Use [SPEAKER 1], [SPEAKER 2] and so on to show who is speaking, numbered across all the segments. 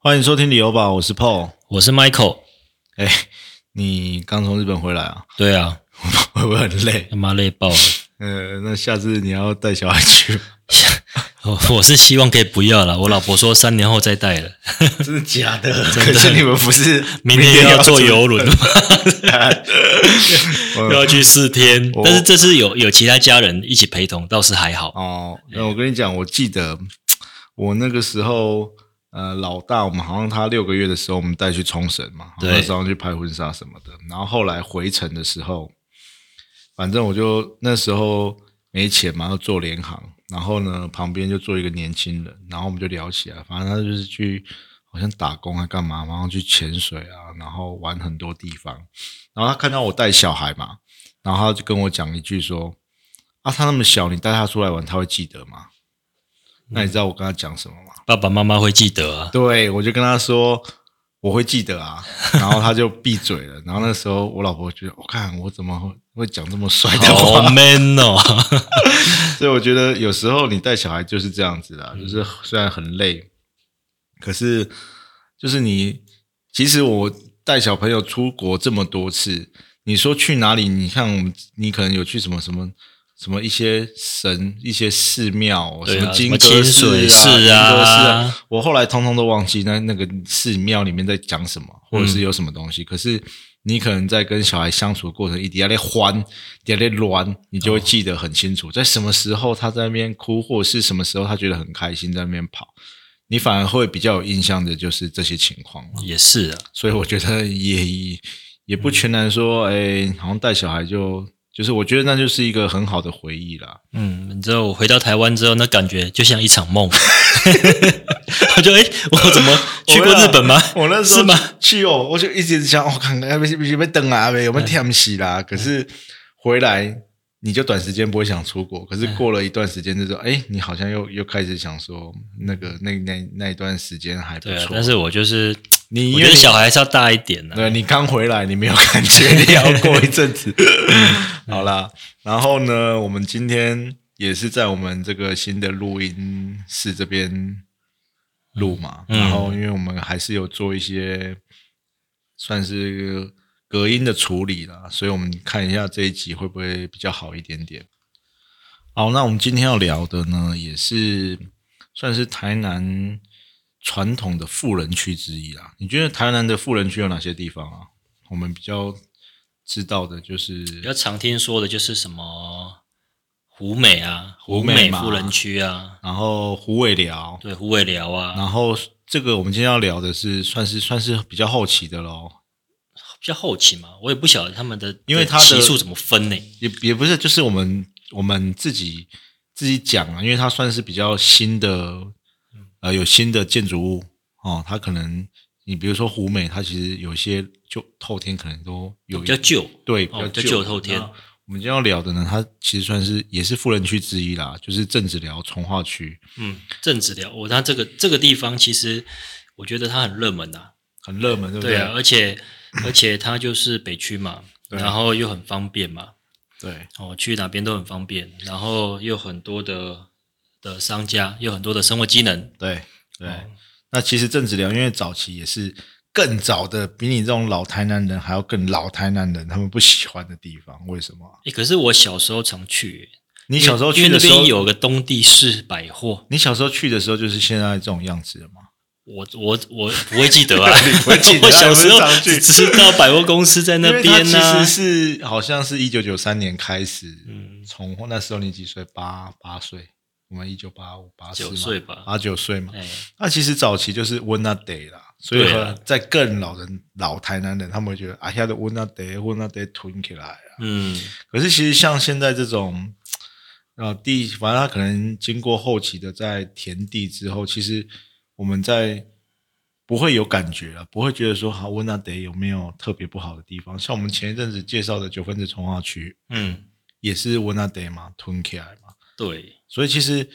[SPEAKER 1] 欢迎收听旅游吧，我是 Paul。
[SPEAKER 2] 我是 Michael。
[SPEAKER 1] 哎，你刚从日本回来啊？
[SPEAKER 2] 对啊，
[SPEAKER 1] 会不会很累？
[SPEAKER 2] 他妈累爆了。
[SPEAKER 1] 呃，那下次你要带小孩去？
[SPEAKER 2] 我我是希望可以不要了。我老婆说三年后再带了，
[SPEAKER 1] 真的假的？可是你们不是
[SPEAKER 2] 明天又要坐游轮，
[SPEAKER 1] 轮？
[SPEAKER 2] 又
[SPEAKER 1] 哦
[SPEAKER 2] 要去四天。但是这次有有其他家人一起陪同，倒是还好。
[SPEAKER 1] 哦，那我跟你讲，我记得我那个时候，呃，老大，我们好像他六个月的时候，我们带去冲绳嘛，
[SPEAKER 2] 对
[SPEAKER 1] 那时候去拍婚纱什么的。然后后来回程的时候，反正我就那时候没钱嘛，要做联航，然后呢，旁边就坐一个年轻人，然后我们就聊起来，反正他就是去好像打工啊还干嘛，然后去潜水啊，然后玩很多地方。然后他看到我带小孩嘛，然后他就跟我讲一句说：“啊，他那么小，你带他出来玩，他会记得吗？”那你知道我跟他讲什么吗？
[SPEAKER 2] 爸爸妈妈会记得 啊。
[SPEAKER 1] 对，我就跟他说我会记得 啊，然后他就闭嘴了。然后那时候我老婆觉得，我、看我怎么会会讲这么帅的
[SPEAKER 2] 好
[SPEAKER 1] 话，
[SPEAKER 2] man 哦！
[SPEAKER 1] 所以我觉得有时候你带小孩就是这样子啦，
[SPEAKER 2] 嗯
[SPEAKER 1] 就是虽然很累，可是就是你，其实我带小朋友出国这么多次，你说去哪里？你看我们，你可能有去什么什么。什么一些神、一些寺庙，
[SPEAKER 2] 对啊
[SPEAKER 1] 么金
[SPEAKER 2] 什么
[SPEAKER 1] 阁
[SPEAKER 2] 清水
[SPEAKER 1] 寺啊、
[SPEAKER 2] 寺
[SPEAKER 1] 银
[SPEAKER 2] 啊
[SPEAKER 1] 阁寺啊，我后来通通都忘记那那个寺庙里面在讲什么，或者是有什么东西。可是你可能在跟小孩相处的过程，一点在欢，一点在乱，你就会记得很清楚，在什么时候他在那边哭，或者是什么时候他觉得很开心在那边跑，你反而会比较有印象的就是这些情况。
[SPEAKER 2] 也是啊，
[SPEAKER 1] 所以我觉得也也不全然说，哎、好像带小孩就就是，我觉得那就是一个很好的回忆啦。
[SPEAKER 2] 嗯，你知道我回到台湾之后，那感觉就像一 场梦。我就哎、诶我怎么去过日本吗？
[SPEAKER 1] 我那时候
[SPEAKER 2] 是吗？
[SPEAKER 1] 去哦，我就一直想，我、看哎看要不要要不要等啊，有没
[SPEAKER 2] 哎
[SPEAKER 1] 有天洗啦？可是回来你就短时间不会想出国，可是过了一段时间之后，哎、你好像又又开始想说，那个那那那一段时间还不
[SPEAKER 2] 对啊，
[SPEAKER 1] 错。
[SPEAKER 2] 但是我就是，
[SPEAKER 1] 你因
[SPEAKER 2] 我觉
[SPEAKER 1] 为
[SPEAKER 2] 得
[SPEAKER 1] 你
[SPEAKER 2] 小孩是要大一点的、啊。
[SPEAKER 1] 对你刚回来，你没有感觉，你要过一阵 子。 好啦，然后呢，我们今天也是在我们这个新的录音室这边录嘛，
[SPEAKER 2] 嗯
[SPEAKER 1] 然后因为我们还是有做一些算是隔音的处理啦，所以我们看一下这一集会不会比较好一点点。好，那我们今天要聊的呢，也是算是台南传统的富人区之一啦。你觉得台南的富人区有哪些地方啊？我们比较知道的就是
[SPEAKER 2] 比较常听说的就是什么湖美啊，
[SPEAKER 1] 湖
[SPEAKER 2] 湖
[SPEAKER 1] 美
[SPEAKER 2] 美
[SPEAKER 1] 嘛
[SPEAKER 2] 富人区啊，
[SPEAKER 1] 然后胡尾寮，
[SPEAKER 2] 对，湖尾寮啊，
[SPEAKER 1] 然后这个我们今天要聊的是算是算是比较后期的喽，
[SPEAKER 2] 比较后期嘛，我也不晓得他们的
[SPEAKER 1] 因为它的
[SPEAKER 2] 期数怎么分呢、
[SPEAKER 1] 也也不是，就是我们我们自己自己讲啊，因为它算是比较新的，呃，有新的建筑物哦，它可能你比如说湖美，它其实有些就透天可能都有
[SPEAKER 2] 比较旧，
[SPEAKER 1] 对，
[SPEAKER 2] 哦
[SPEAKER 1] 比较
[SPEAKER 2] 比较
[SPEAKER 1] 旧嗯
[SPEAKER 2] 旧透天
[SPEAKER 1] 那我们今天要聊的呢，它其实算是也是富人区之一啦，就是正治寮从化区，
[SPEAKER 2] 嗯，正治寮，我它这个这个地方其实我觉得它很热门呐、啊，
[SPEAKER 1] 很热门，对不
[SPEAKER 2] 对啊，而且而且它就是北区嘛，
[SPEAKER 1] 对啊
[SPEAKER 2] 然后又很方便嘛，
[SPEAKER 1] 对
[SPEAKER 2] 哦，去哪边都很方便，然后又很多的的商家，又很多的生活机能，
[SPEAKER 1] 对对
[SPEAKER 2] 哦
[SPEAKER 1] 那其实正治寮，因为早期也是更早的，比你这种老台南人还要更老台南人，他们不喜欢的地方，为什么啊？
[SPEAKER 2] 诶可是我小时候常去、
[SPEAKER 1] 你小时候
[SPEAKER 2] 因为
[SPEAKER 1] 去的时
[SPEAKER 2] 因为那
[SPEAKER 1] 候
[SPEAKER 2] 边有个东地市百货，
[SPEAKER 1] 你小时候去的时候就是现在这种样子了吗？
[SPEAKER 2] 我我我不会记得啊
[SPEAKER 1] 你不会记得
[SPEAKER 2] 我小时候
[SPEAKER 1] 还不是常去
[SPEAKER 2] 只只知道百货公司在那边啊
[SPEAKER 1] 因为
[SPEAKER 2] 呢、
[SPEAKER 1] 它其实是好像是一九九三年开始，
[SPEAKER 2] 嗯
[SPEAKER 1] 从那时候你几岁？八八岁，我们一九八五八四
[SPEAKER 2] 九岁吧，
[SPEAKER 1] 八九岁嘛。
[SPEAKER 2] 哎，
[SPEAKER 1] 那其实早期就是 w i n a day 啦，所以
[SPEAKER 2] 对
[SPEAKER 1] 和
[SPEAKER 2] 啊
[SPEAKER 1] 在更老的老台南人，他们会觉得啊，现在的 w i n a day w i n a day 囤起来啊。
[SPEAKER 2] 嗯，
[SPEAKER 1] 可是其实像现在这种，呃，地，反正它可能经过后期的在田地之后，其实我们在不会有感觉了，不会觉得说好温纳德有没有特别不好的地方。像我们前一阵子介绍的九分子从化区，
[SPEAKER 2] 嗯，
[SPEAKER 1] 也是温纳德嘛，吞起来嘛，
[SPEAKER 2] 对。
[SPEAKER 1] 所以其实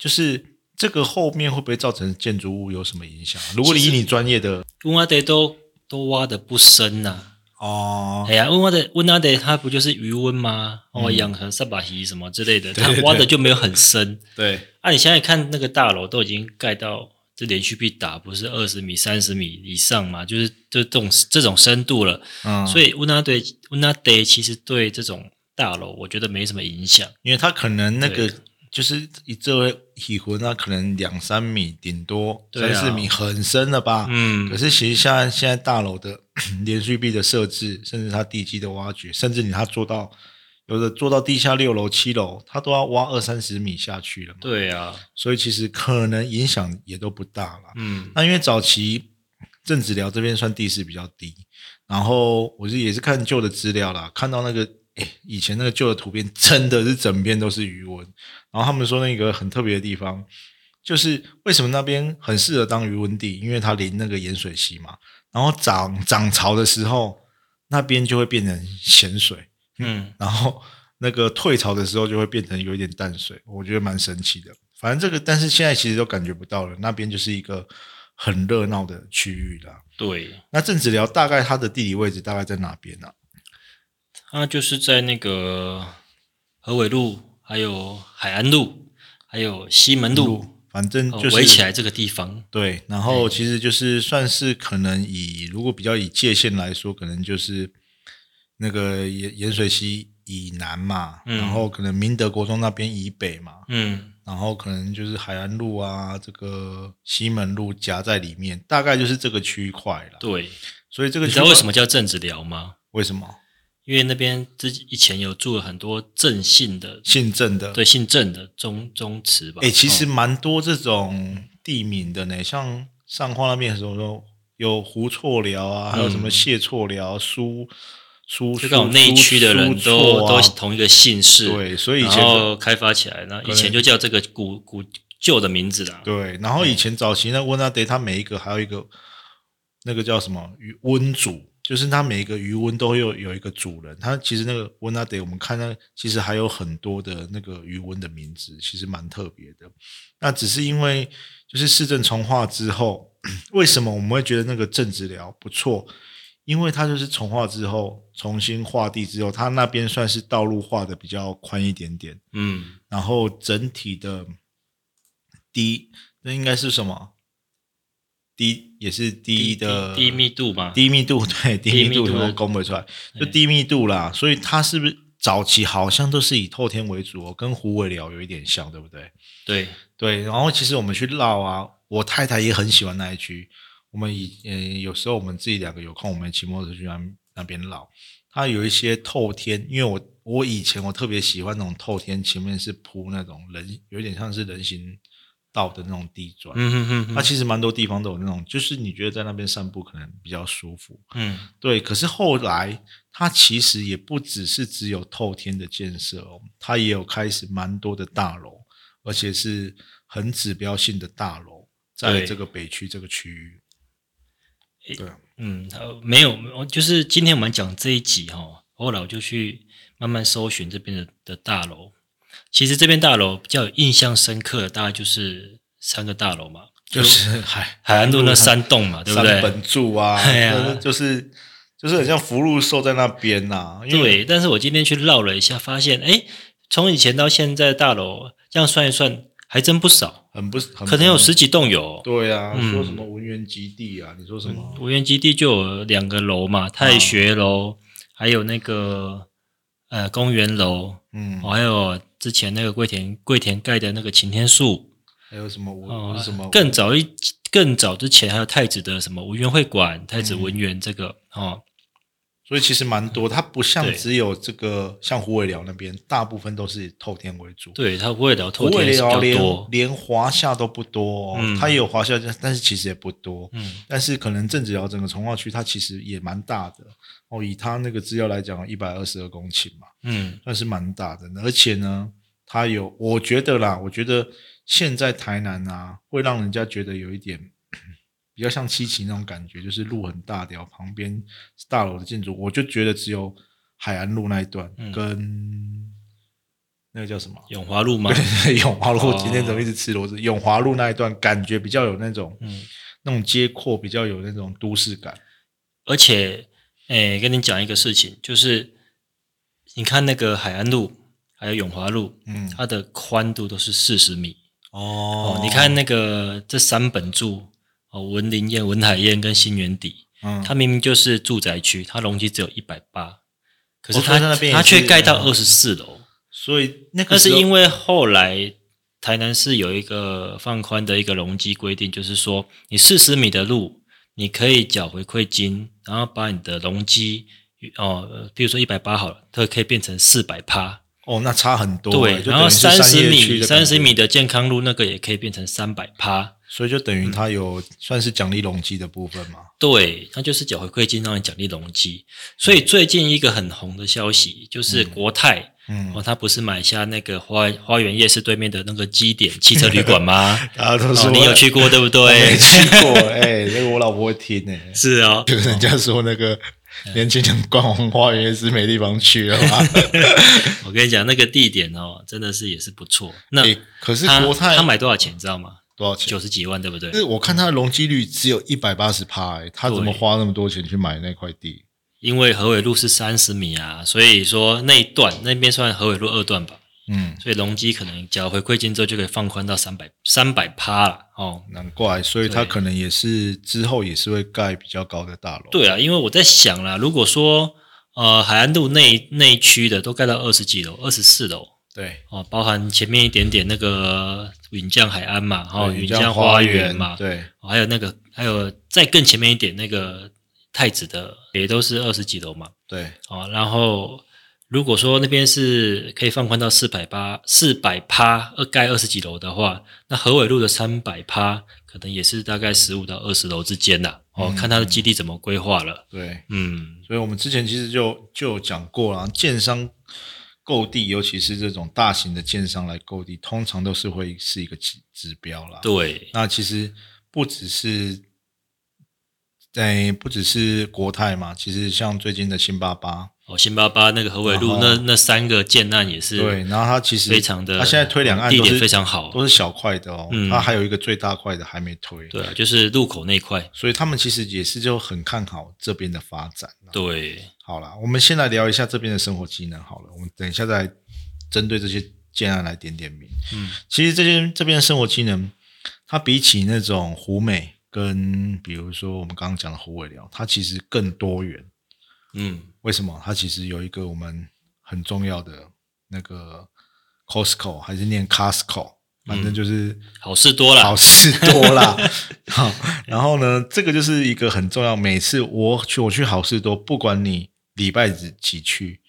[SPEAKER 1] 就是这个后面会不会造成建筑物有什么影响啊？如果你以你专业的
[SPEAKER 2] 温阿德都都挖的不深呐、
[SPEAKER 1] 哦
[SPEAKER 2] 哎，呀，温阿德温阿德它不就是鱼温吗？哦，
[SPEAKER 1] 嗯
[SPEAKER 2] 养和萨巴鱼什么之类的，
[SPEAKER 1] 对
[SPEAKER 2] 它
[SPEAKER 1] 对
[SPEAKER 2] 挖的就没有很深。
[SPEAKER 1] 对
[SPEAKER 2] 啊，你想想看，那个大楼都已经盖到这连续壁打不是二十米、三十米以上嘛，就是就这种这种深度了。
[SPEAKER 1] 嗯，
[SPEAKER 2] 所以乌纳对乌纳德其实对这种大楼，我觉得没什么影响。
[SPEAKER 1] 因为它可能那
[SPEAKER 2] 对
[SPEAKER 1] 个就是一这位体魂，它可能两三米顶多，三
[SPEAKER 2] 对啊
[SPEAKER 1] 四米很深了吧？可
[SPEAKER 2] 嗯，
[SPEAKER 1] 是其实像现在大楼的 连续壁的设置，甚至它地基的挖掘，甚至你它做到有的做到地下六楼、七楼，它都要挖二三十米下去了嘛。
[SPEAKER 2] 对啊，
[SPEAKER 1] 所以其实可能影响也都不大啦。
[SPEAKER 2] 嗯
[SPEAKER 1] 那因为早期正治寮这边算地势比较低，然后我是也是看旧的资料啦，看到那个哎以前那个旧的图片真的是整片都是鱼纹，然后他们说那个很特别的地方，就是为什么那边很适合当鱼纹地，因为它临那个盐水溪嘛，然后涨涨潮的时候，那边就会变成咸水，
[SPEAKER 2] 嗯，
[SPEAKER 1] 然后那个退潮的时候就会变成有一点淡水，我觉得蛮神奇的。反正这个，但是现在其实都感觉不到了，那边就是一个很热闹的区域啦。
[SPEAKER 2] 对，
[SPEAKER 1] 那正子寮大概它的地理位置大概在哪边呢、啊
[SPEAKER 2] 它就是在那个河尾路、还有海岸路、还有西门路
[SPEAKER 1] 反正
[SPEAKER 2] 呃
[SPEAKER 1] 嗯就是
[SPEAKER 2] 围起来哎这个地方。
[SPEAKER 1] 对，然后其实就是算是可能以如果比较以界限来说，可能就是那个盐盐水溪以南嘛，
[SPEAKER 2] 嗯
[SPEAKER 1] 然后可能明德国中那边以北嘛，
[SPEAKER 2] 嗯，
[SPEAKER 1] 然后可能就是海岸路啊，这个西门路夹在里面，大概就是这个区块了。
[SPEAKER 2] 对。
[SPEAKER 1] 所以这个
[SPEAKER 2] 你
[SPEAKER 1] 区
[SPEAKER 2] 知道为什
[SPEAKER 1] 么？
[SPEAKER 2] 么叫正治寮吗？
[SPEAKER 1] 为什么
[SPEAKER 2] 因为那边之以前有住了很多正姓的，
[SPEAKER 1] 姓郑的？
[SPEAKER 2] 对，姓郑的宗宗祠吧。
[SPEAKER 1] 哎、其实
[SPEAKER 2] 哦
[SPEAKER 1] 蛮多这种地名的呢，像上化那边什么时候有胡错寮啊，还有什么谢错寮、啊苏苏，
[SPEAKER 2] 嗯哦就刚好那一区的人
[SPEAKER 1] 苏
[SPEAKER 2] 都
[SPEAKER 1] 错啊
[SPEAKER 2] 都同一个姓氏，
[SPEAKER 1] 对，啊所以以
[SPEAKER 2] 然
[SPEAKER 1] 前
[SPEAKER 2] 后开发起来，那以前就叫这个古古旧的名字啦。
[SPEAKER 1] 对，然后以前早期那温阿德，它每一个还有一个那个叫什么鱼温主，就是它每一个鱼温都会有有一个主人。它其实那个温阿德，我们看那其实还有很多的那个鱼温的名字，其实蛮特别的。那只是因为就是市政重划之后， 为什么我们会觉得那个政治寮不错？因为它就是重划之后重新划地之后，它那边算是道路划的比较宽一点点，
[SPEAKER 2] 嗯，
[SPEAKER 1] 然后整体的低，那应该是什么？低也是低的
[SPEAKER 2] 低低密度嘛，
[SPEAKER 1] 低密度，对低
[SPEAKER 2] 低
[SPEAKER 1] 密
[SPEAKER 2] 密
[SPEAKER 1] 度
[SPEAKER 2] 度啊
[SPEAKER 1] 什
[SPEAKER 2] 的
[SPEAKER 1] 么公布出来，就
[SPEAKER 2] 哎
[SPEAKER 1] 低密度啦。所以它是不是早期好像都是以透天为主、哦，跟胡尾寮有一点像，对不对？
[SPEAKER 2] 对，
[SPEAKER 1] 对，然后其实我们去绕啊，我太太也很喜欢那一区。我们以嗯，有时候我们自己两个有空，我们骑摩托车去那那边绕。它有一些透天，因为我我以前我特别喜欢那种透天，前面是铺那种人，有点像是人行道的那种地砖。
[SPEAKER 2] 嗯哼哼
[SPEAKER 1] 它、
[SPEAKER 2] 哼，
[SPEAKER 1] 其实蛮多地方都有那种，就是你觉得在那边散步可能比较舒服。
[SPEAKER 2] 嗯，
[SPEAKER 1] 对，可是后来它其实也不只是只有透天的建设哦，它也有开始蛮多的大楼，而且是很指标性的大楼，在
[SPEAKER 2] 对
[SPEAKER 1] 这个北区这个区域。对啊，
[SPEAKER 2] 嗯，呃没有，我就是今天我们讲这一集哈、哦，后来我就去慢慢搜寻这边的的大楼。其实这边大楼比较有印象深刻的，大概就是三个大楼嘛，
[SPEAKER 1] 就是 海
[SPEAKER 2] 海岸路那三栋嘛，对不
[SPEAKER 1] 三
[SPEAKER 2] 对？
[SPEAKER 1] 本柱啊，
[SPEAKER 2] 哎呀
[SPEAKER 1] 就是就是就是很像福禄寿在那边呐、因为
[SPEAKER 2] 对，但是我今天去绕了一下，发现哎，从以前到现在的大楼，这样算一算，还真不少，
[SPEAKER 1] 很不很
[SPEAKER 2] 可能有十几栋有。
[SPEAKER 1] 对啊，
[SPEAKER 2] 嗯
[SPEAKER 1] 说什么文员基地啊，你说什么？
[SPEAKER 2] 无缘基地就有两个楼嘛，
[SPEAKER 1] 啊
[SPEAKER 2] 太学楼，还有那个呃公园楼，
[SPEAKER 1] 嗯，
[SPEAKER 2] 哦，还有之前那个桂田桂田盖的那个擎天树，
[SPEAKER 1] 还有什么
[SPEAKER 2] 哦
[SPEAKER 1] 我，什么
[SPEAKER 2] 更早一更早之前还有太子的什么文园会馆、太子文园这个、
[SPEAKER 1] 嗯
[SPEAKER 2] 哦，
[SPEAKER 1] 所以其实蛮多，它不像
[SPEAKER 2] 对
[SPEAKER 1] 只有这个像胡尾寮那边，大部分都是透天为主。，
[SPEAKER 2] 对，它不会聊
[SPEAKER 1] 胡
[SPEAKER 2] 透
[SPEAKER 1] 尾
[SPEAKER 2] 天是比
[SPEAKER 1] 寮
[SPEAKER 2] 较
[SPEAKER 1] 连
[SPEAKER 2] 多，
[SPEAKER 1] 连华夏都不多、哦，
[SPEAKER 2] 嗯
[SPEAKER 1] 它也有华夏，但是其实也不多。
[SPEAKER 2] 嗯
[SPEAKER 1] 但是可能正治寮整个从化区，它其实也蛮大的哦。以它那个资料来讲，一百二十二公顷嘛，
[SPEAKER 2] 嗯
[SPEAKER 1] 算是蛮大的。而且呢，它有，我觉得啦，我觉得现在台南啊，会让人家觉得有一点 比较像七期那种感觉，就是路很大条，旁边是大楼的建筑，我就觉得只有海岸路那一段、
[SPEAKER 2] 嗯
[SPEAKER 1] 跟那个叫什么
[SPEAKER 2] 永华路嘛，
[SPEAKER 1] 永华路，
[SPEAKER 2] 哦
[SPEAKER 1] 今天怎么一直吃螺丝？永华路那一段感觉比较有那种
[SPEAKER 2] 嗯，
[SPEAKER 1] 那种街阔，比较有那种都市感。
[SPEAKER 2] 而且，诶，跟你讲一个事情，就是你看那个海岸路还有永华路，
[SPEAKER 1] 嗯，
[SPEAKER 2] 它的宽度都是四十米，哦
[SPEAKER 3] 哦，
[SPEAKER 2] 你看那个这三本柱哦，文林苑、文海苑跟新园底，
[SPEAKER 3] 嗯，
[SPEAKER 2] 它明明就是住宅区，它容积只有一百八，可是
[SPEAKER 3] 哦所
[SPEAKER 2] 它、
[SPEAKER 3] 以它那边也
[SPEAKER 2] 它却
[SPEAKER 3] 是
[SPEAKER 2] 盖
[SPEAKER 1] 嗯
[SPEAKER 2] 到二十四楼，
[SPEAKER 1] 所以
[SPEAKER 3] 那
[SPEAKER 2] 那
[SPEAKER 3] 个
[SPEAKER 2] 是因
[SPEAKER 3] 为
[SPEAKER 2] 为后来台南市有一个放宽的一个容积规定，就是说你四十米的路，你可以缴回馈金，然后把你的容积哦，呃比如说一百八好了，它可以变成四百趴。
[SPEAKER 1] 哦，那差很多欸，
[SPEAKER 2] 对，
[SPEAKER 1] 就
[SPEAKER 2] 然
[SPEAKER 1] 等
[SPEAKER 2] 后
[SPEAKER 1] 于是
[SPEAKER 2] 三
[SPEAKER 1] 商
[SPEAKER 2] 十
[SPEAKER 1] 业区
[SPEAKER 2] 米
[SPEAKER 1] 的
[SPEAKER 2] 三
[SPEAKER 1] 感
[SPEAKER 2] 十
[SPEAKER 1] 觉
[SPEAKER 2] 米，的健康路那个也可以变成三百趴，
[SPEAKER 1] 所以就等于它
[SPEAKER 2] 嗯
[SPEAKER 1] 有算是奖励容积的部分 嘛。
[SPEAKER 2] 对，它就是缴回馈金让你奖励容积。所以最近一个很红的消息就是国泰、
[SPEAKER 1] 嗯，
[SPEAKER 2] 哦，他不是买下那个花花园夜市对面的那个基点汽车旅馆吗？
[SPEAKER 1] 大家啊都
[SPEAKER 2] 哦
[SPEAKER 1] 说，
[SPEAKER 2] 你有去过对欸不
[SPEAKER 1] 我没
[SPEAKER 2] 对？
[SPEAKER 1] 去过，哎，那个我老婆会听欸呢。
[SPEAKER 2] 是哦，
[SPEAKER 1] 就是人家说那个
[SPEAKER 2] 嗯
[SPEAKER 1] 年轻人逛红花园是没地方去了嘛。
[SPEAKER 2] 我跟你讲，那个地点哦，真的是也是不错。那
[SPEAKER 1] 哎可是
[SPEAKER 2] 他
[SPEAKER 1] 国泰
[SPEAKER 2] 他买多少钱，你知道吗？
[SPEAKER 1] 多少钱
[SPEAKER 2] 九？十几万，对不对
[SPEAKER 1] 但？是我看它的容积率只有一百八十趴，哎他怎么花那么多钱去买那块地？
[SPEAKER 2] 因为河尾路是三十米啊，所以说那一段那边算河尾路二段吧，
[SPEAKER 1] 嗯，
[SPEAKER 2] 所以容积可能缴回馈金之后就可以放宽到三百三百趴了哦。
[SPEAKER 1] 难怪，所以他
[SPEAKER 2] 对
[SPEAKER 1] 可能也是之后也是会盖比较高的大楼。
[SPEAKER 2] 对啊，因为我在想啦，如果说呃海岸路内内区的都盖到二十几楼，二十四楼
[SPEAKER 1] 对，
[SPEAKER 2] 哦，包含前面一点点那个云江海岸嘛，哦，
[SPEAKER 1] 对
[SPEAKER 2] 云
[SPEAKER 1] 这样
[SPEAKER 2] 江
[SPEAKER 1] 花
[SPEAKER 2] 花园嘛，
[SPEAKER 1] 对，
[SPEAKER 2] 哦还有那个还有再更前面一点那个太子的也都是二十几楼嘛，
[SPEAKER 1] 对，
[SPEAKER 2] 哦，然后如果说那边是可以放宽到四百八、四百趴二盖二十几楼的话，那河尾路的三百趴可能也是大概十五到二十楼之间啦。哦，看
[SPEAKER 1] 嗯
[SPEAKER 2] 它的基地怎么规划了。
[SPEAKER 1] 对，
[SPEAKER 2] 嗯，
[SPEAKER 1] 所以我们之前其实就就有讲过啦，建商购地，尤其是这种大型的建商来购地，通常都是会是一个指指标啦。
[SPEAKER 2] 对，
[SPEAKER 1] 那其实不只是在、不只是国泰嘛，其实像最近的新八八，
[SPEAKER 2] 哦，新巴巴那个河尾路
[SPEAKER 1] 然后
[SPEAKER 2] 那那三个建案也是
[SPEAKER 1] 哦对，然后它其实
[SPEAKER 2] 非常的，
[SPEAKER 1] 它现在推两岸
[SPEAKER 2] 地
[SPEAKER 1] 都
[SPEAKER 2] 点
[SPEAKER 1] 是
[SPEAKER 2] 非常好。
[SPEAKER 1] 都是小块的哦，
[SPEAKER 2] 嗯
[SPEAKER 1] 它还有一个最大块的还没推，
[SPEAKER 2] 对啊，就是路口那一块。
[SPEAKER 1] 所以他们其实也是就很看好这边的发展啊、
[SPEAKER 2] 对，
[SPEAKER 1] 好啦，我们先来聊一下这边的生活机能好了，我们等一下再来针对这些建案来点点名。
[SPEAKER 2] 嗯，
[SPEAKER 1] 其实这些这边的生活机能，它比起那种湖美跟比如说我们刚刚讲的湖尾寮，它其实更多元。
[SPEAKER 2] 嗯，
[SPEAKER 1] 为什么？它其实有一个我们很重要的那个 Costco，还是念 Costco，反正就是
[SPEAKER 2] 好事多了。
[SPEAKER 1] 好事多啦。 好，然后呢，这个就是一个很重要。每次我去我去好事多，不管你礼拜几几去，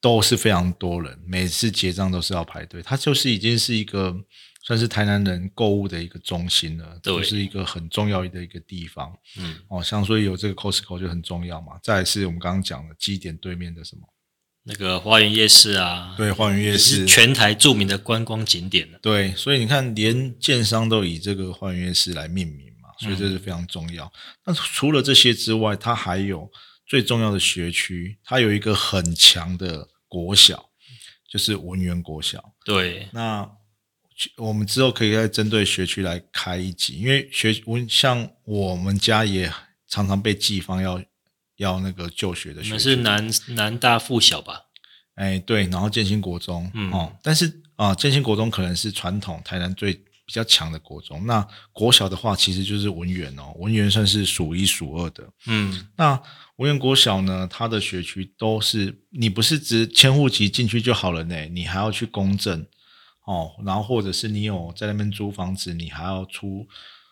[SPEAKER 1] 都是非常多人，每次结账都是要排队。它就是已经是一个算是台南人购物的一个中心了，
[SPEAKER 2] 对
[SPEAKER 1] 就是一个很重要的一个地方
[SPEAKER 2] 嗯，
[SPEAKER 1] 哦。像所以有这个 Costco 就很重要嘛。再来是我们刚刚讲的基点对面的什么？
[SPEAKER 2] 那个花园夜市啊，
[SPEAKER 1] 对，花园夜
[SPEAKER 2] 也
[SPEAKER 1] 市
[SPEAKER 2] 是。全台著名的观光景点了。
[SPEAKER 1] 对，所以你看，连建商都以这个花园夜市来命名嘛，所以这
[SPEAKER 2] 嗯
[SPEAKER 1] 是非常重要。那、除了这些之外，它还有最重要的学区，它有一个很强的国小，就是文园国小。
[SPEAKER 2] 对，
[SPEAKER 1] 那我们之后可以再针对学区来开一集，因为学文像我们家也常常被季方要要那个就学的
[SPEAKER 2] 你
[SPEAKER 1] 学
[SPEAKER 2] 们
[SPEAKER 1] 区
[SPEAKER 2] 是，南南大附小吧？
[SPEAKER 1] 哎对，然后建新国中，
[SPEAKER 2] 嗯
[SPEAKER 1] 哦，但是啊、建新国中可能是传统台南最比较强的国中，那国小的话其实就是文员哦，文员算是数一数二的。
[SPEAKER 2] 嗯，
[SPEAKER 1] 那文员国小呢，它的学区都是你不是只迁户籍进去就好了呢，你还要去公证哦，然后或者是你有在那边租房子，你还要出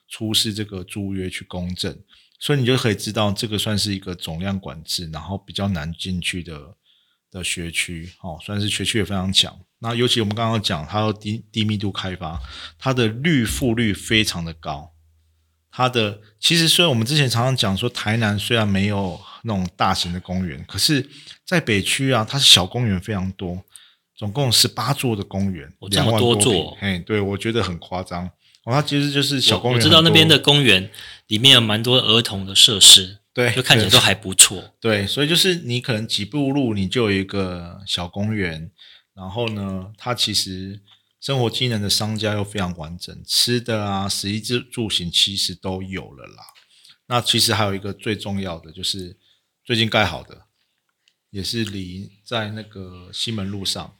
[SPEAKER 1] 出示这个租约去公证，所以你就可以知道这个算是一个总量管制，然后比较难进去的的学区哦，算是学区也非常强。那尤其我们刚刚讲，它要低低密度开发，它的绿覆率非常的高。它的其实虽然我们之前常常讲说，台南虽然没有那种大型的公园，可是，在北区啊，它是小公园非常多，总共十八座的公园，
[SPEAKER 2] 哦这
[SPEAKER 1] 两
[SPEAKER 2] 么
[SPEAKER 1] 万
[SPEAKER 2] 多
[SPEAKER 1] 平
[SPEAKER 2] 座
[SPEAKER 1] 哎，对我觉得很夸张。哦，它其实就是小公
[SPEAKER 2] 我
[SPEAKER 1] 园很
[SPEAKER 2] 我知
[SPEAKER 1] 多，
[SPEAKER 2] 道那边的公园里面有蛮多儿童的设施，
[SPEAKER 1] 对，
[SPEAKER 2] 就看起来
[SPEAKER 1] 对
[SPEAKER 2] 都还不错。
[SPEAKER 1] 对，所以就是你可能几步路你就有一个小公园，然后呢，它其实生活机能的商家又非常完整，吃的啊、食衣住住行其实都有了啦。那其实还有一个最重要的就是最近盖好的，也是离在那个西门路上，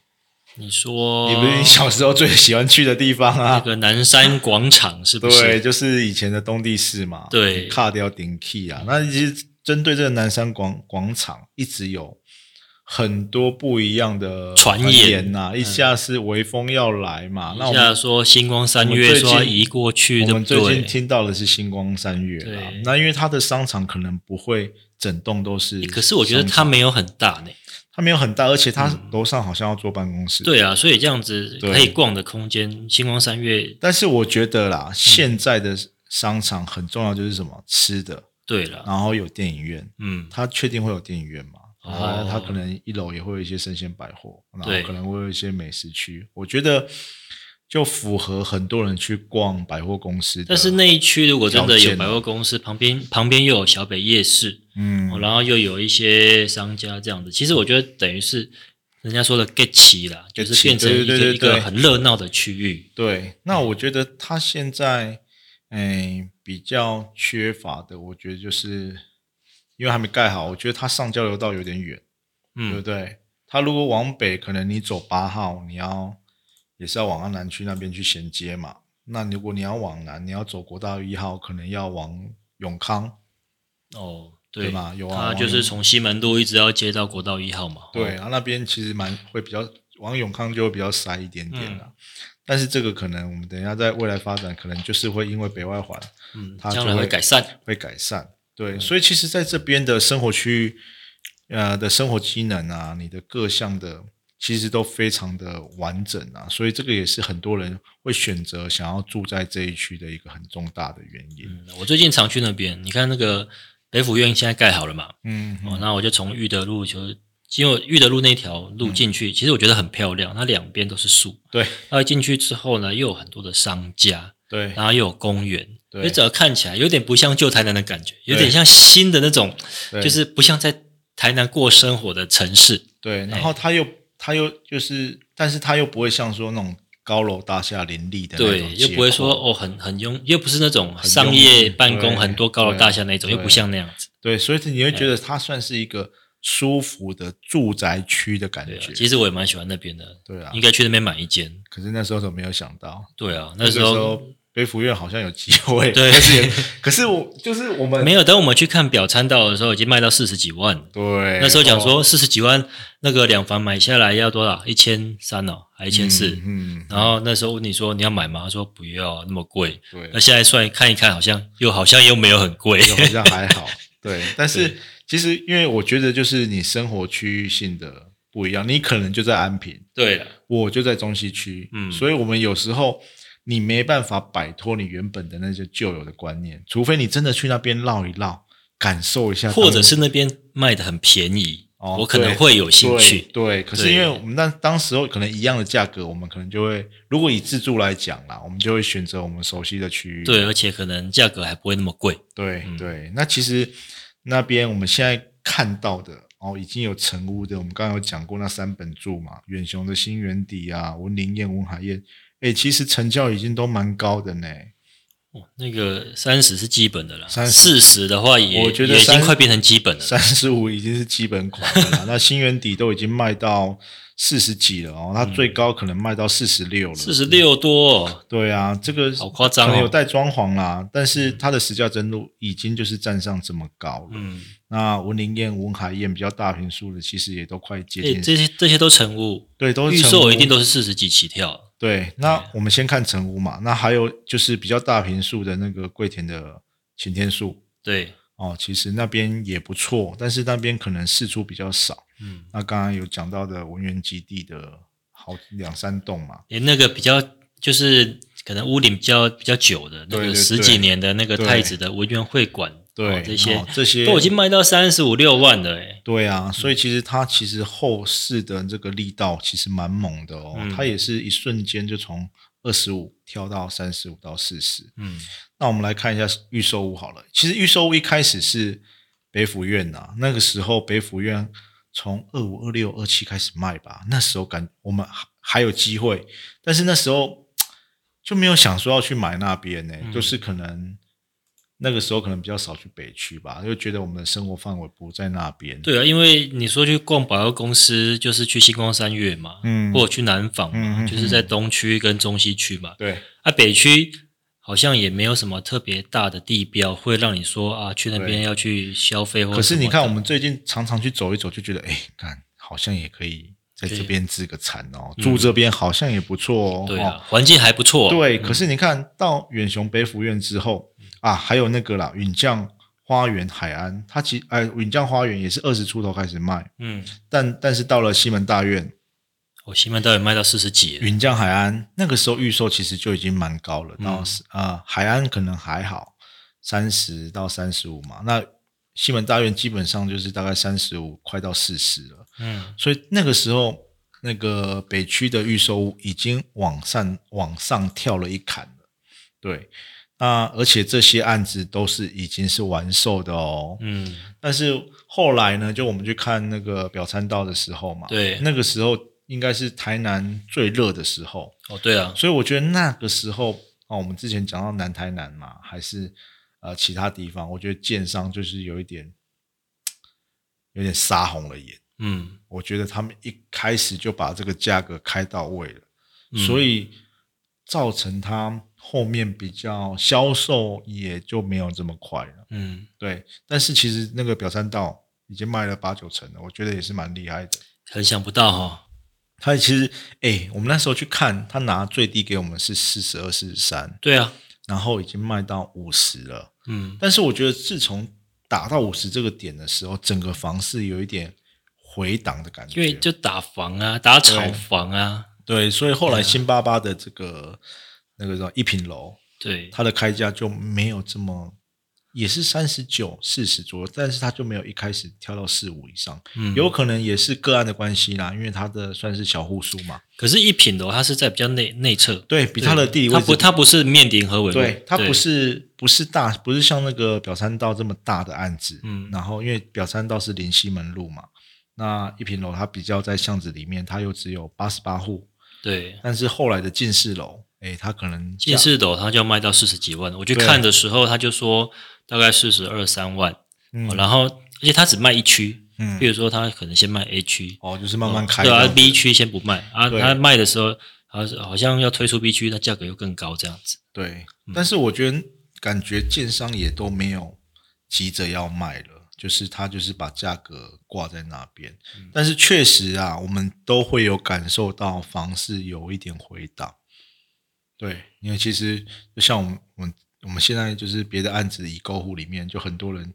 [SPEAKER 2] 你说
[SPEAKER 1] 你不是你小时候最喜欢去的地方
[SPEAKER 2] 那
[SPEAKER 1] 啊？
[SPEAKER 2] 个南山广场是 不
[SPEAKER 1] 对，
[SPEAKER 2] 是？
[SPEAKER 1] 就是以前的东地市嘛，
[SPEAKER 2] 对
[SPEAKER 1] 卡掉顶 key 啊。那其实针对这个南山广广场，一直有很多不一样的
[SPEAKER 2] 传言嗯
[SPEAKER 1] 言呐、一下是微风要来嘛，那我
[SPEAKER 2] 一
[SPEAKER 1] 们
[SPEAKER 2] 下说星光三
[SPEAKER 1] 我们
[SPEAKER 2] 月
[SPEAKER 1] 最近
[SPEAKER 2] 说要移过去，
[SPEAKER 1] 我
[SPEAKER 2] 对不
[SPEAKER 1] 们最近
[SPEAKER 2] 对？
[SPEAKER 1] 听到的是星光三月啦
[SPEAKER 2] 对，
[SPEAKER 1] 那因为它的商场可能不会整栋都是商
[SPEAKER 2] 诶
[SPEAKER 1] 场，
[SPEAKER 2] 可是我觉得它没有很大呢。
[SPEAKER 1] 它没有很大，而且它楼上好像要做办公室。，
[SPEAKER 2] 对啊，所以这样子
[SPEAKER 1] 对
[SPEAKER 2] 可以逛的空间，星光三月
[SPEAKER 1] 但是我觉得
[SPEAKER 2] 嗯
[SPEAKER 1] 啦，现在的商场很重要就是什么吃的，
[SPEAKER 2] 对了，
[SPEAKER 1] 然后有电影院，
[SPEAKER 2] 嗯，
[SPEAKER 1] 它确定会有电影院嘛？然
[SPEAKER 2] 哦
[SPEAKER 1] 后它可能一楼也会有一些生鲜百货，然
[SPEAKER 2] 对
[SPEAKER 1] 后可能会有一些美食区。我觉得就符合很多人去逛百货公司的。
[SPEAKER 2] 但是那一区如果真的
[SPEAKER 1] 条
[SPEAKER 2] 有
[SPEAKER 1] 件啊
[SPEAKER 2] 百货公司，旁边旁边又有小北夜市，
[SPEAKER 1] 嗯
[SPEAKER 2] 哦，然后又有一些商家这样子，其实我觉得等于是人家说的 get 齐啦，就
[SPEAKER 1] get
[SPEAKER 2] 是变成一
[SPEAKER 1] 齐对对
[SPEAKER 2] 个
[SPEAKER 1] 对
[SPEAKER 2] 一个
[SPEAKER 1] 对
[SPEAKER 2] 很热闹的区域。
[SPEAKER 1] 对，那我觉得他现在，诶、比较缺乏的，我觉得就是因为还没盖好，我觉得它上交流道有点远，对不
[SPEAKER 2] 嗯，
[SPEAKER 1] 对？它如果往北，可能你走八号，你要也是要往安南区那边去衔接嘛。那如果你要往南，你要走国道一号，可能要往永康，
[SPEAKER 2] 哦，
[SPEAKER 1] 对
[SPEAKER 2] 对
[SPEAKER 1] 吧有啊
[SPEAKER 2] 它
[SPEAKER 1] 王
[SPEAKER 2] 就
[SPEAKER 1] 永
[SPEAKER 2] 是从西门路一直要接到国道一号嘛。
[SPEAKER 1] 对，啊
[SPEAKER 2] 哦，
[SPEAKER 1] 然后那边其实蛮会比较往永康就会比较塞一点点
[SPEAKER 2] 嗯
[SPEAKER 1] 啦。但是这个可能我们等一下在未来发展，可能就是会因为北外环。
[SPEAKER 2] 嗯，
[SPEAKER 1] 它
[SPEAKER 2] 将
[SPEAKER 1] 就
[SPEAKER 2] 来会
[SPEAKER 1] 会
[SPEAKER 2] 改善。
[SPEAKER 1] 会改善。对，所以其实在这边的生活区域，呃的生活机能啊，你的各项的其实都非常的完整啊，所以这个也是很多人会选择想要住在这一区的一个很重大的原因。
[SPEAKER 2] 嗯，我最近常去那边，你看那个北府院现在盖好了嘛，
[SPEAKER 1] 嗯，
[SPEAKER 2] 哦，那我就从玉德路就是。因为玉德路那条路进去，其实我觉得很漂亮，它两边都是树。
[SPEAKER 1] 嗯对
[SPEAKER 2] 然后进去之后呢，又有很多的商家，
[SPEAKER 1] 对
[SPEAKER 2] 然后又有公园，
[SPEAKER 1] 对
[SPEAKER 2] 所以整个看起来有点不像旧台南的感觉，有点
[SPEAKER 1] 对
[SPEAKER 2] 像新的那种，
[SPEAKER 1] 对
[SPEAKER 2] 就是不像在台南过生活的城市。
[SPEAKER 1] 对，然后它又它又就是，但是它又不会像说那种高楼大厦林立的那种
[SPEAKER 2] 对，
[SPEAKER 1] 街
[SPEAKER 2] 又不会
[SPEAKER 1] 口
[SPEAKER 2] 说哦很很拥，又不是那种
[SPEAKER 1] 很
[SPEAKER 2] 商
[SPEAKER 1] 拥
[SPEAKER 2] 业
[SPEAKER 1] 挤
[SPEAKER 2] 办
[SPEAKER 1] 对
[SPEAKER 2] 公很多高楼大厦那种，
[SPEAKER 1] 对
[SPEAKER 2] 又不像那样子。
[SPEAKER 1] 对，所以你会觉得它算是一个舒服的住宅区的感
[SPEAKER 2] 对啊
[SPEAKER 1] 觉，。
[SPEAKER 2] 其实我也蛮喜欢那边的，
[SPEAKER 1] 对啊
[SPEAKER 2] 应，该去那边买一间。
[SPEAKER 1] 可是那时候怎么没有想到？
[SPEAKER 2] 对啊，那
[SPEAKER 1] 时
[SPEAKER 2] 时候
[SPEAKER 1] 候北府院好像有机会，
[SPEAKER 2] 对
[SPEAKER 1] 但是也可是我就是我们
[SPEAKER 2] 没有。等我们去看表参道的时候，已经卖到四十几万了。
[SPEAKER 1] 对
[SPEAKER 2] 那时候讲
[SPEAKER 1] 哦
[SPEAKER 2] 说四十几万，那个两房买下来要多少？一千三哦，还一千四。
[SPEAKER 1] 嗯，嗯
[SPEAKER 2] 然后那时候问你说你要买吗？他说不要，那么贵。
[SPEAKER 1] 对
[SPEAKER 2] 那，现在算看一看，好像又好像又没有很贵。
[SPEAKER 1] 就好像还 好，对，但是其实因为我觉得就是你生活区域性的不一样，你可能就在安平，
[SPEAKER 2] 对啊了，
[SPEAKER 1] 我就在中西区，
[SPEAKER 2] 嗯
[SPEAKER 1] 所以我们有时候你没办法摆脱你原本的那些旧有的观念，除非你真的去那边绕一绕，感受一下当地，
[SPEAKER 2] 或者是那边卖的很便宜，
[SPEAKER 1] 哦
[SPEAKER 2] 我可能会有兴趣。
[SPEAKER 1] 对，对可是
[SPEAKER 2] 对
[SPEAKER 1] 因为我们当当时候可能一样的价格，我们可能就会，如果以自助来讲啦，我们就会选择我们熟悉的区域。
[SPEAKER 2] 对，嗯而且可能价格还不会那么贵。
[SPEAKER 1] 对、对，那其实那边我们现在看到的哦，已经有成屋的，我们刚刚有讲过那三本柱嘛，远雄的新源底啊，文林苑、文海苑，哎，其实成交已经都蛮高的呢。
[SPEAKER 2] 哦那个三十是基本的啦，
[SPEAKER 1] 30
[SPEAKER 2] 四十的话也
[SPEAKER 1] 我觉得
[SPEAKER 2] 也已经
[SPEAKER 1] 30
[SPEAKER 2] 快变成基本了。
[SPEAKER 1] 三十五已经是基本款了啦，那新源底都已经卖到四十几了哦，它最高可能卖到四十六了。
[SPEAKER 2] 嗯四十六多、哦，
[SPEAKER 1] 对啊，这个
[SPEAKER 2] 好夸张
[SPEAKER 1] 可能有
[SPEAKER 2] 哦。
[SPEAKER 1] 带装潢啦，但是它的实价登录已经就是站上这么高了。
[SPEAKER 2] 嗯，
[SPEAKER 1] 那文林宴、文海宴比较大平数的，其实也都快接
[SPEAKER 2] 哎，
[SPEAKER 1] 近，
[SPEAKER 2] 这些这些都成屋，
[SPEAKER 1] 对，都是
[SPEAKER 2] 预
[SPEAKER 1] 成
[SPEAKER 2] 售
[SPEAKER 1] 屋
[SPEAKER 2] 一定都是四十几起跳。
[SPEAKER 1] 对。那我们先看成屋嘛，那还有就是比较大平数的那个桂田的擎天树
[SPEAKER 2] 对，
[SPEAKER 1] 哦，其实那边也不错，但是那边可能市出比较少。
[SPEAKER 2] 嗯，
[SPEAKER 1] 那刚刚有讲到的文园基地的好两三栋嘛，
[SPEAKER 2] 连那个比较就是可能屋顶比较比较久的那
[SPEAKER 1] 对
[SPEAKER 2] 个
[SPEAKER 1] 对
[SPEAKER 2] 十几年的那个
[SPEAKER 1] 对
[SPEAKER 2] 太子的文苑会馆，
[SPEAKER 1] 对，
[SPEAKER 2] 哦这些
[SPEAKER 1] 哦这些
[SPEAKER 2] 都已经卖到三十五六万了哎。
[SPEAKER 1] 对啊，所以其实它其实后市的这个力道其实蛮猛的哦，
[SPEAKER 2] 嗯
[SPEAKER 1] 它也是一瞬间就从二十五跳到三十五到四十。
[SPEAKER 2] 嗯，
[SPEAKER 1] 那我们来看一下预售屋好了，其实预售屋一开始是北府院呐、那个时候北府院从二五、二六、二七开始卖吧，那时候感我们还还有机会，但是那时候就没有想说要去买那边呢、就是可能。那个时候可能比较少去北区吧，就觉得我们的生活范围不在那边。，
[SPEAKER 2] 对啊，因为你说去逛百货公司，就是去星光三月嘛，
[SPEAKER 1] 嗯
[SPEAKER 2] 或者去南纺嘛，
[SPEAKER 1] 嗯嗯嗯
[SPEAKER 2] 就是在东区跟中西区嘛。
[SPEAKER 1] 对，
[SPEAKER 2] 啊，北区好像也没有什么特别大的地标，会让你说啊，去那边
[SPEAKER 1] 对
[SPEAKER 2] 要去消费或。
[SPEAKER 1] 可是你看，我，们最近常常去走一走，就觉得，哎，看好像也可以在
[SPEAKER 2] 可以嗯
[SPEAKER 1] 这边置个产哦，住这边好像也不错哦。
[SPEAKER 2] 对
[SPEAKER 1] 哦
[SPEAKER 2] 啊，环境还不错。
[SPEAKER 1] 对。可是你看到远雄北府院之后啊，还有那个啦，云匠花园海岸，它其哎云匠花园也是二十出头开始卖，
[SPEAKER 2] 嗯，
[SPEAKER 1] 但但是到了西门大院，
[SPEAKER 2] 我西门到底卖到四十几了，
[SPEAKER 1] 云江海岸那个时候预售其实就已经蛮高了，
[SPEAKER 2] 嗯
[SPEAKER 1] 到十、呃海岸可能还好，三十到三十五嘛。那西门大院基本上就是大概三十五快到四十了，
[SPEAKER 2] 嗯，
[SPEAKER 1] 所以那个时候那个北区的预售屋已经往上往上跳了一坎了，对。那而且这些案子都是已经是完售的哦，
[SPEAKER 2] 嗯，
[SPEAKER 1] 但是后来呢，就我们去看那个表参道的时候嘛，
[SPEAKER 2] 对
[SPEAKER 1] 那个时候应该是台南最热的时候，
[SPEAKER 2] 哦，对啊，
[SPEAKER 1] 所以我觉得那个时候啊，我们之前讲到南台南嘛，还是呃其他地方，我觉得建商就是有一点嘖有点杀红了眼，
[SPEAKER 2] 嗯，
[SPEAKER 1] 我觉得他们一开始就把这个价格开到位了，
[SPEAKER 2] 嗯
[SPEAKER 1] 所以造成他后面比较销售也就没有这么快了。
[SPEAKER 2] 嗯，
[SPEAKER 1] 对，但是其实那个表参道已经卖了八九成了，我觉得也是蛮厉害的。
[SPEAKER 2] 很想不到哈、
[SPEAKER 1] 他其实，哎、我们那时候去看，他拿最低给我们是四十二、四十三，
[SPEAKER 2] 对啊，
[SPEAKER 1] 然后已经卖到五十了。
[SPEAKER 2] 嗯，
[SPEAKER 1] 但是我觉得自从打到五十这个点的时候，整个房市有一点回档的感觉。
[SPEAKER 2] 因为就打房啊，打炒房啊，
[SPEAKER 1] 对，所以后来新巴巴的这个、那个叫一品楼，
[SPEAKER 2] 对，
[SPEAKER 1] 它的开价就没有这么，也是三十九、四十左右，但是它就没有一开始跳到四五以上。
[SPEAKER 2] 嗯，
[SPEAKER 1] 有可能也是个案的关系啦，因为它的算是小户数嘛，
[SPEAKER 2] 可是，一品楼它是在比较内内侧，
[SPEAKER 1] 对比它的地理位
[SPEAKER 2] 它
[SPEAKER 1] 置，
[SPEAKER 2] 不，它不是面临河尾路，
[SPEAKER 1] 对它不，是不是大，不是像那个表参道这么大的案子，
[SPEAKER 2] 嗯
[SPEAKER 1] 然后因为表参道是临西门路嘛，那一平楼它比较在巷子里面，它又只有八十八户，
[SPEAKER 2] 对，
[SPEAKER 1] 但是后来的进士楼，哎，它可能
[SPEAKER 2] 近视楼它就要卖到四十几万，我去
[SPEAKER 1] 对啊
[SPEAKER 2] 看的时候，他就说大概四十二三万，
[SPEAKER 1] 嗯
[SPEAKER 2] 哦然后而且它只卖一区，
[SPEAKER 1] 嗯
[SPEAKER 2] 比如说它可能先卖 A 区，
[SPEAKER 1] 哦就是慢慢开
[SPEAKER 2] 对
[SPEAKER 1] 这
[SPEAKER 2] 啊
[SPEAKER 1] 样子
[SPEAKER 2] ，B 区先不卖啊，
[SPEAKER 1] 对
[SPEAKER 2] 它卖的时候好像好像要推出 B 区，那价格又更高这样子，
[SPEAKER 1] 对，但是我觉得感觉建商也都没有急着要卖了，就是他就是把价格挂在那边。但是确实啊，我们都会有感受到房市有一点回档。对，因为其实就像我们我们我们现在就是别的案子已购户里面，就很多人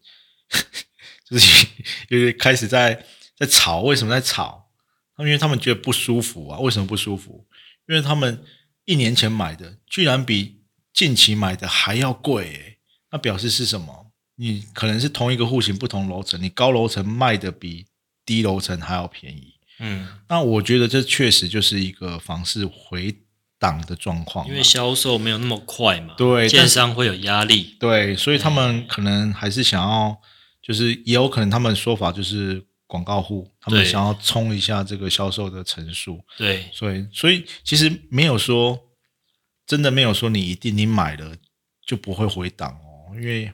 [SPEAKER 1] 就是有点开始在在吵，为什么在吵？他们因为他们觉得不舒服啊，为什么不舒服？因为他们一年前买的，居然比近期买的还要贵、欸，那表示是什么？你可能是同一个户型、不同楼层，你高楼层卖的比低楼层还要便宜。
[SPEAKER 2] 嗯，
[SPEAKER 1] 那我觉得这确实就是一个房市回档的状况嘛，
[SPEAKER 2] 因为销售没有那么快嘛，
[SPEAKER 1] 对但是
[SPEAKER 2] 建商会有压力，
[SPEAKER 1] 对，所以他们
[SPEAKER 2] 嗯
[SPEAKER 1] 可能还是想要，就是也有可能他们说法就是广告户，他们
[SPEAKER 2] 对
[SPEAKER 1] 想要冲一下这个销售的层数。
[SPEAKER 2] 对，
[SPEAKER 1] 所以，所以其实没有说，真的没有说你一定你买了就不会回档哦，因为、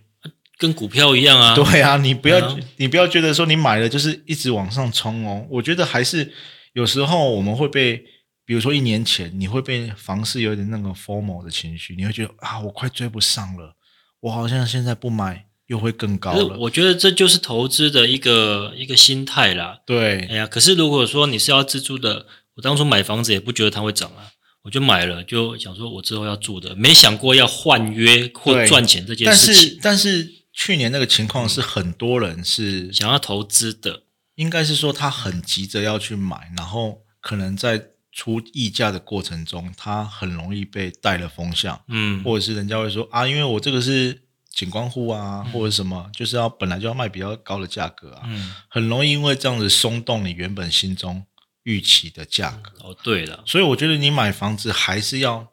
[SPEAKER 2] 跟股票一样啊，
[SPEAKER 1] 对啊，你不要、
[SPEAKER 2] 对啊
[SPEAKER 1] 你不要觉得说你买了就是一直往上冲哦。我觉得还是有时候我们会被，比如说一年前你会被房市有点那个 formal 的情绪，你会觉得啊，我快追不上了，我好像现在不买又会更高
[SPEAKER 2] 可是
[SPEAKER 1] 了。
[SPEAKER 2] 我觉得这就是投资的一个一个心态啦。哎
[SPEAKER 1] 对
[SPEAKER 2] 呀，可是如果说你是要自住的，我当初买房子也不觉得它会涨啊，我就买了，就想说我之后要住的，没想过要换约或
[SPEAKER 1] 对
[SPEAKER 2] 赚钱这件
[SPEAKER 1] 但
[SPEAKER 2] 事
[SPEAKER 1] 是
[SPEAKER 2] 情，
[SPEAKER 1] 但是去年那个情况是很多人是
[SPEAKER 2] 想要投资的，
[SPEAKER 1] 应该是说他很急着要去买，然后可能在出溢价的过程中，他很容易被带了风向，
[SPEAKER 2] 嗯，
[SPEAKER 1] 或者是人家会说啊，因为我这个是景观户啊，或者什么，就是要本来就要卖比较高的价格啊，
[SPEAKER 2] 嗯，
[SPEAKER 1] 很容易因为这样子松动你原本心中预期的价格。
[SPEAKER 2] 哦，对了，
[SPEAKER 1] 所以我觉得你买房子还是要，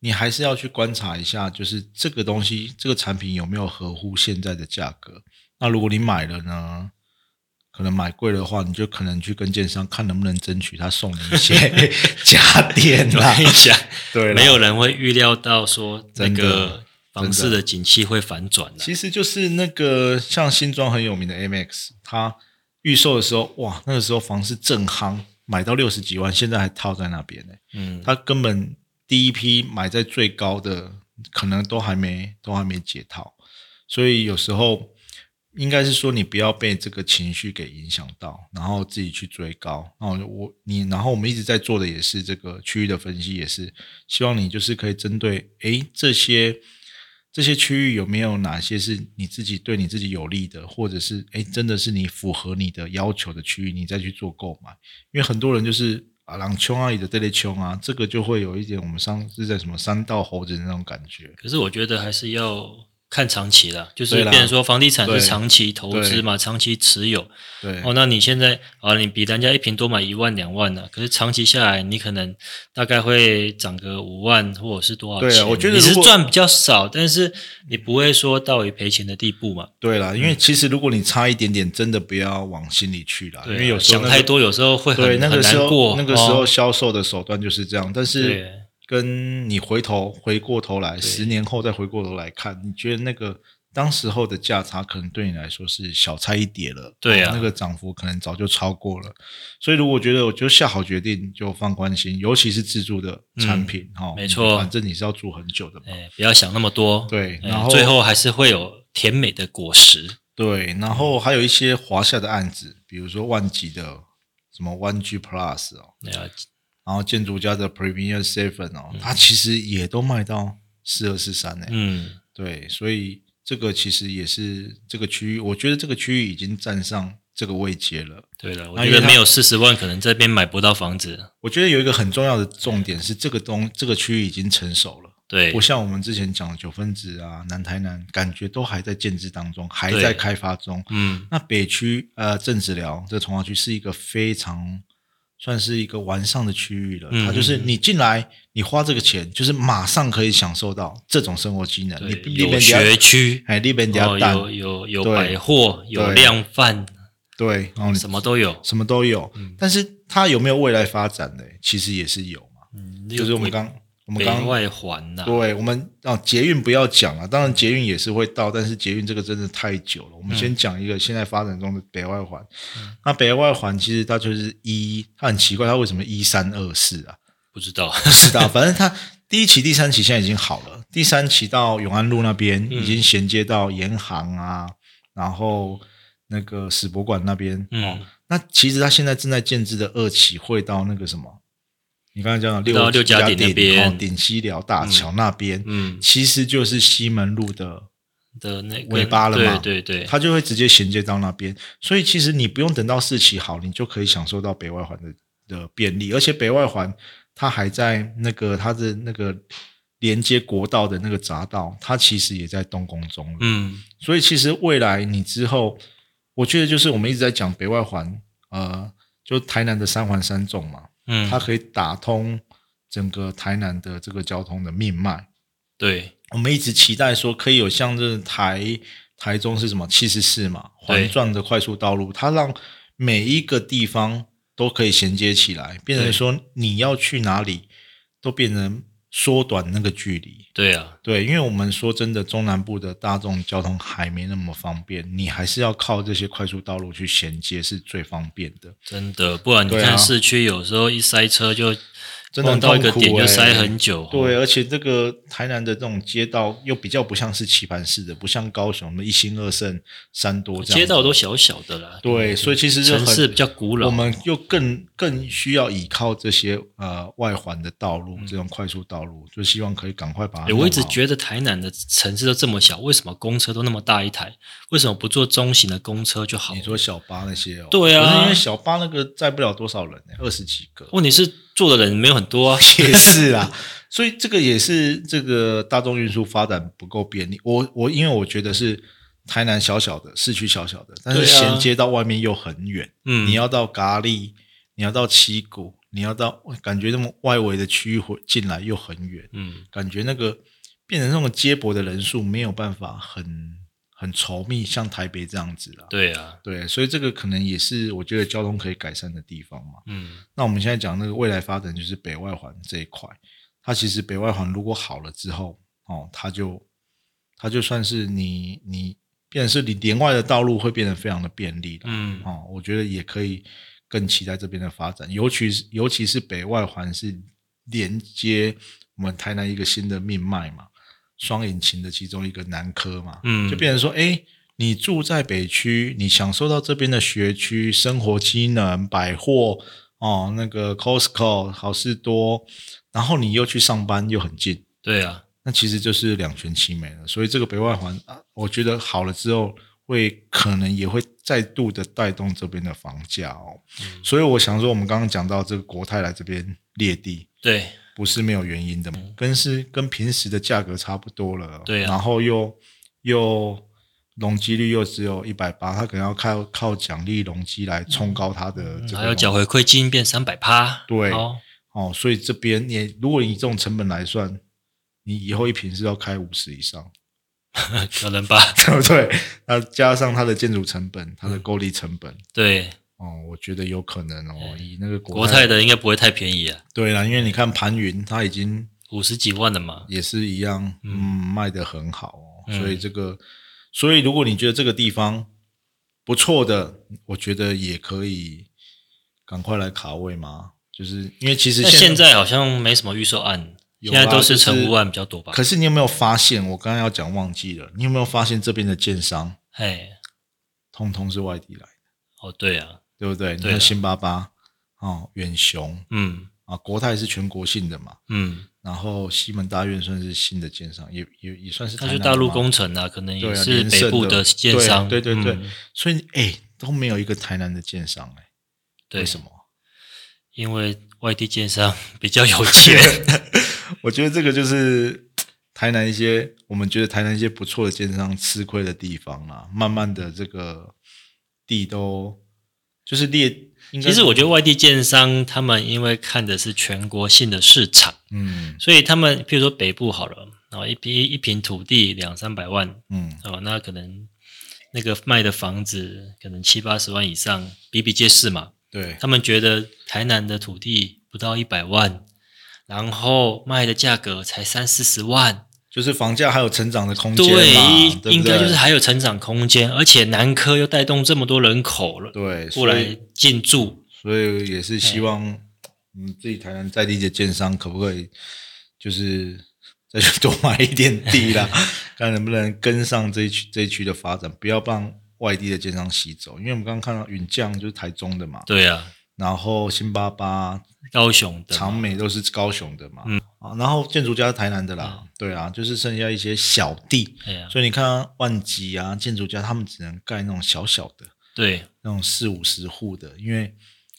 [SPEAKER 1] 你还是要去观察一下，就是这个东西，这个产品有没有合乎现在的价格。那如果你买了呢，可能买贵的话，你就可能去跟建商看能不能争取他送你一些 家电
[SPEAKER 2] 我
[SPEAKER 1] 啦哎
[SPEAKER 2] 跟。你讲，
[SPEAKER 1] 对啦
[SPEAKER 2] 没有人会预料到说那
[SPEAKER 1] 真
[SPEAKER 2] 个
[SPEAKER 1] 的
[SPEAKER 2] 房市的景气会反转的、
[SPEAKER 1] 其实就是那个像新庄很有名的 MX，它预售的时候，哇，那个时候房市正夯，买到六十几万，现在还套在那边呢、
[SPEAKER 2] 嗯，
[SPEAKER 1] 它根本第一批买在最高的，可能都还没都还没解套，所以有时候应该是说你不要被这个情绪给影响到，然后自己去追高。然后我你，然后我们一直在做的也是这个区域的分析，也是希望你就是可以针对诶这些。这些区域有没有哪些是你自己对你自己有利的，或者是诶真的是你符合你的要求的区域，你再去做购买。因为很多人就是啊，朗丘啊，你的这类丘啊，这个就会有一点我们上次在什么三道猴子的那种感觉。
[SPEAKER 2] 可是我觉得还是要看长期啦，就是
[SPEAKER 1] 对啦
[SPEAKER 2] 变成说房地产
[SPEAKER 1] 对
[SPEAKER 2] 是长期投资嘛，长期持有。
[SPEAKER 1] 对，
[SPEAKER 2] 哦，那你现在啊，你比人家一平多买一万两万啊呢、可是长期下来，你可能大概会涨个五万或者是多少钱？
[SPEAKER 1] 对啊我觉得
[SPEAKER 2] 你
[SPEAKER 1] 如
[SPEAKER 2] 是
[SPEAKER 1] 果
[SPEAKER 2] 赚比较少，但是你不会说到于赔钱的地步嘛。
[SPEAKER 1] 对啦，因为其实如果你差一点点，真的不要往心里去啦，
[SPEAKER 2] 对啊、
[SPEAKER 1] 因为有时候
[SPEAKER 2] 想
[SPEAKER 1] 那个、
[SPEAKER 2] 太多，有时候会很
[SPEAKER 1] 对那个
[SPEAKER 2] 很
[SPEAKER 1] 时
[SPEAKER 2] 难过
[SPEAKER 1] 候。那个时候
[SPEAKER 2] 哦、
[SPEAKER 1] 销售的手段就是这样，但是
[SPEAKER 2] 对
[SPEAKER 1] 跟你回头回过头来，十年后再回过头来看，你觉得那个当时候的价差，可能对你来说是小菜一碟了。哦
[SPEAKER 2] 对啊
[SPEAKER 1] 那个涨幅可能早就超过了。所以如果觉得我就下好决定，就放宽心，尤其是自住的产品哈、哦
[SPEAKER 2] 嗯没错
[SPEAKER 1] 反正你是要住很久的嘛。
[SPEAKER 2] 哎，不要想那么多。
[SPEAKER 1] 对
[SPEAKER 2] 哎
[SPEAKER 1] 然后
[SPEAKER 2] 最后还是会有甜美的果实。
[SPEAKER 1] 对，然后还有一些华夏的案子，比如说万吉的什么 One G Plus 哦，
[SPEAKER 2] 对啊，
[SPEAKER 1] 然后建筑家的 Premier Seven 哦，它其实也都卖到四二四三呢。
[SPEAKER 2] 嗯，
[SPEAKER 1] 对，所以这个其实也是这个区域，我觉得这个区域已经站上这个位阶了。
[SPEAKER 2] 对了，我
[SPEAKER 1] 那
[SPEAKER 2] 觉
[SPEAKER 1] 因为
[SPEAKER 2] 得
[SPEAKER 1] 它
[SPEAKER 2] 没有四十万，可能这边买不到房子。
[SPEAKER 1] 我觉得有一个很重要的重点是，这个东这个区域已经成熟了，
[SPEAKER 2] 对
[SPEAKER 1] 不，像我们之前讲的九分子啊、南台南，感觉都还在建制当中，还在
[SPEAKER 2] 对
[SPEAKER 1] 开发中。
[SPEAKER 2] 嗯，
[SPEAKER 1] 那北区呃正治寮这个从化区是一个非常算是一个完善的区域了，
[SPEAKER 2] 嗯
[SPEAKER 1] 它就是你进来，你花这个钱，就是马上可以享受到这种生活技能。你
[SPEAKER 2] 对，
[SPEAKER 1] 你
[SPEAKER 2] 有
[SPEAKER 1] 边底下
[SPEAKER 2] 学区，
[SPEAKER 1] 哎，那边底下
[SPEAKER 2] 哦，
[SPEAKER 1] 蛋，
[SPEAKER 2] 有有有
[SPEAKER 1] 对
[SPEAKER 2] 百货，有
[SPEAKER 1] 对
[SPEAKER 2] 量贩，
[SPEAKER 1] 对，然后你
[SPEAKER 2] 什么都有。
[SPEAKER 1] 什么都有，但是它有没有未来发展呢？其实也是有嘛，
[SPEAKER 2] 嗯，
[SPEAKER 1] 就是我们
[SPEAKER 2] 北
[SPEAKER 1] 刚我们
[SPEAKER 2] 北啊
[SPEAKER 1] 刚
[SPEAKER 2] 外环呐、
[SPEAKER 1] 对，我们哦，捷运不要讲啊了，当然捷运也是会到，但是捷运这个真的太久了。我们先讲一个现在发展中的北外环。那北外环其实它就是一，它很奇怪，它为什么一三二四啊？
[SPEAKER 2] 不知道。
[SPEAKER 1] 不知道，反正它第一期、第三期现在已经好了，第三期到永安路那边已经衔接到盐行啊，然后那个史博馆那边。
[SPEAKER 2] 嗯，
[SPEAKER 1] 那其实它现在正在建制的二期会到那个什么？你刚才讲的
[SPEAKER 2] 到
[SPEAKER 1] 六
[SPEAKER 2] 六甲
[SPEAKER 1] 顶
[SPEAKER 2] 顶那边
[SPEAKER 1] 哦顶西寮大桥那边，
[SPEAKER 2] 嗯
[SPEAKER 1] 其实就是西门路的，
[SPEAKER 2] 的那个
[SPEAKER 1] 尾巴了嘛
[SPEAKER 2] 对对对，
[SPEAKER 1] 它就会直接衔接到那边，所以其实你不用等到四期好，你就可以享受到北外环的的便利，而且北外环它还在那个它的那个连接国道的那个匝道，它其实也在动工中了。
[SPEAKER 2] 嗯
[SPEAKER 1] 所以其实未来你之后，我觉得就是我们一直在讲北外环，呃，就台南的三环三纵嘛，
[SPEAKER 2] 嗯，
[SPEAKER 1] 它可以打通整个台南的这个交通的命脉。
[SPEAKER 2] 对
[SPEAKER 1] 我们一直期待说可以有像这台台中是什么七十四嘛环
[SPEAKER 2] 对
[SPEAKER 1] 状的快速道路，它让每一个地方都可以衔接起来，变成
[SPEAKER 2] 对
[SPEAKER 1] 说你要去哪里都变成缩短那个距离。
[SPEAKER 2] 对啊，
[SPEAKER 1] 对，因为我们说真的，中南部的大众交通还没那么方便，你还是要靠这些快速道路去衔接是最方便的。
[SPEAKER 2] 真的，不然你
[SPEAKER 1] 对啊
[SPEAKER 2] 看市区有时候一塞车就
[SPEAKER 1] 真的很
[SPEAKER 2] 逛到一个
[SPEAKER 1] 痛苦
[SPEAKER 2] 点就
[SPEAKER 1] 欸
[SPEAKER 2] 塞很久。
[SPEAKER 1] 对，，而且这个台南的这种街道又比较不像是棋盘式的，不像高雄的一心二圣三多这样子。
[SPEAKER 2] 街道都小小的啦。
[SPEAKER 1] 对，所以其实就很
[SPEAKER 2] 城市比较古老
[SPEAKER 1] 我们又更更需要依靠这些呃外环的道路，这种快速道路，就希望可以赶快把它
[SPEAKER 2] 欸
[SPEAKER 1] 弄好。
[SPEAKER 2] 我一直觉得台南的城市都这么小，为什么公车都那么大一台？为什么不坐中型的公车就好
[SPEAKER 1] 你？说小巴那些哦，
[SPEAKER 2] 对啊
[SPEAKER 1] 可是因为小巴那个载不了多少人呢、二十几个
[SPEAKER 2] 问题是坐的人没有很多啊。
[SPEAKER 1] 也是啦。所以这个也是这个大众运输发展不够便利。我我因为我觉得是台南小小的市区小小的，但是
[SPEAKER 2] 对啊
[SPEAKER 1] 衔接到外面又很远。
[SPEAKER 2] 嗯，
[SPEAKER 1] 你要到咖喱，你要到七股，你要到感觉那么外围的区域回进来又很远，
[SPEAKER 2] 嗯
[SPEAKER 1] 感觉那个变成那种接驳的人数没有办法很很稠密，像台北这样子啦。
[SPEAKER 2] 对啊，
[SPEAKER 1] 对，所以这个可能也是我觉得交通可以改善的地方嘛。
[SPEAKER 2] 嗯
[SPEAKER 1] 那我们现在讲那个未来发展，就是北外环这一块，它其实北外环如果好了之后，哦，它就它就算是你你变成是你连外的道路会变得非常的便利了。
[SPEAKER 2] 嗯
[SPEAKER 1] 哦，我觉得也可以更期待这边的发展，尤其是尤其是北外环是连接我们台南一个新的命脉嘛，双引擎的其中一个南科嘛，
[SPEAKER 2] 嗯
[SPEAKER 1] 就变成说，哎，你住在北区，你享受到这边的学区生活机能、百货哦，那个 Costco、好事多，然后你又去上班又很近，
[SPEAKER 2] 对啊，
[SPEAKER 1] 那其实就是两全其美了。所以这个北外环，啊我觉得好了之后，会可能也会再度的带动这边的房价哦。所以我想说，我们刚刚讲到这个国泰来这边裂地，
[SPEAKER 2] 对
[SPEAKER 1] 不是没有原因的嘛，跟是跟平时的价格差不多了，
[SPEAKER 2] 对啊
[SPEAKER 1] 然后又又容积率又只有一百八，它可能要靠靠奖励容积来冲高它的这
[SPEAKER 2] 嗯还
[SPEAKER 1] 个
[SPEAKER 2] 有缴回馈金变三百趴，
[SPEAKER 1] 对
[SPEAKER 2] 哦，
[SPEAKER 1] 哦，所以这边你如果以这种成本来算，你以后一平是要开五十以上。
[SPEAKER 2] 可能吧，
[SPEAKER 1] 对不对？那加上它的建筑成本、它的购地成本，
[SPEAKER 2] 对，
[SPEAKER 1] 哦，我觉得有可能哦。以那个国
[SPEAKER 2] 嗯国泰的应该不会太便宜啊，
[SPEAKER 1] 对啦，因为你看盘云，它已经
[SPEAKER 2] 五十几万了嘛，
[SPEAKER 1] 也是一样，嗯，卖的很好哦。
[SPEAKER 2] 嗯
[SPEAKER 1] 所以这个，所以如果你觉得这个地方不错的，我觉得也可以赶快来卡位嘛。就是因为其实
[SPEAKER 2] 那现在好像没什么预售案，
[SPEAKER 1] 有
[SPEAKER 2] 现
[SPEAKER 1] 啊
[SPEAKER 2] 在都是成屋
[SPEAKER 1] 就是
[SPEAKER 2] 案比较多吧？
[SPEAKER 1] 可是你有没有发现，我刚刚要讲忘记了，你有没有发现这边的建商
[SPEAKER 2] 哎，
[SPEAKER 1] 通通是外地来的，
[SPEAKER 2] 哦，对啊，
[SPEAKER 1] 对不对？你
[SPEAKER 2] 对啊
[SPEAKER 1] 看新巴巴哦，远雄。
[SPEAKER 2] 嗯
[SPEAKER 1] 啊，国泰是全国性的嘛，
[SPEAKER 2] 嗯，
[SPEAKER 1] 然后西门大院算是新的建商，也也也算是
[SPEAKER 2] 它
[SPEAKER 1] 台
[SPEAKER 2] 就
[SPEAKER 1] 南
[SPEAKER 2] 大陆
[SPEAKER 1] 的嘛
[SPEAKER 2] 工程啊，可能
[SPEAKER 1] 对
[SPEAKER 2] 也
[SPEAKER 1] 啊，
[SPEAKER 2] 是
[SPEAKER 1] 连
[SPEAKER 2] 北
[SPEAKER 1] 胜
[SPEAKER 2] 部的建商，
[SPEAKER 1] 对对对对，
[SPEAKER 2] 嗯
[SPEAKER 1] 所以哎、都没有一个台南的建商哎、
[SPEAKER 2] 对
[SPEAKER 1] 为什么？
[SPEAKER 2] 因为外地建商比较有钱，
[SPEAKER 1] 啊我觉得这个就是台南一些我们觉得台南一些不错的建商吃亏的地方啦，慢慢的这个地都就是列，应该
[SPEAKER 2] 其实我觉得外地建商他们因为看的是全国性的市场，
[SPEAKER 1] 嗯
[SPEAKER 2] 所以他们譬如说北部好了，然后一平一平土地两三百万
[SPEAKER 1] 嗯
[SPEAKER 2] 哦，那可能那个卖的房子可能七八十万以上，比比皆是嘛。
[SPEAKER 1] 对
[SPEAKER 2] 他们觉得台南的土地不到一百万，然后卖的价格才三四十万，
[SPEAKER 1] 就是房价还有成长的空间嘛，
[SPEAKER 2] 对
[SPEAKER 1] 对，不
[SPEAKER 2] 应
[SPEAKER 1] 对
[SPEAKER 2] 该就是还有成长空间，而且南科又带动这么多人口了
[SPEAKER 1] 对，
[SPEAKER 2] 过
[SPEAKER 1] 所以
[SPEAKER 2] 来进驻，
[SPEAKER 1] 所以也是希望嗯自己台南在地的建商可不可以就是再去多买一点地啦，看能不能跟上这一区这一区的发展，不要让外地的建商吸走。因为我们刚刚看到云将就是台中的嘛，
[SPEAKER 2] 对啊，
[SPEAKER 1] 然后新巴巴、
[SPEAKER 2] 高雄的
[SPEAKER 1] 长
[SPEAKER 2] 嘛，
[SPEAKER 1] 美都是高雄的嘛，啊，然后建筑家是台南的啦，对啊，就是剩下一些小地，
[SPEAKER 2] 对啊，
[SPEAKER 1] 所以你看啊万吉啊、建筑家他们只能盖那种小小的。
[SPEAKER 2] 对，
[SPEAKER 1] 那种四五十户的，因为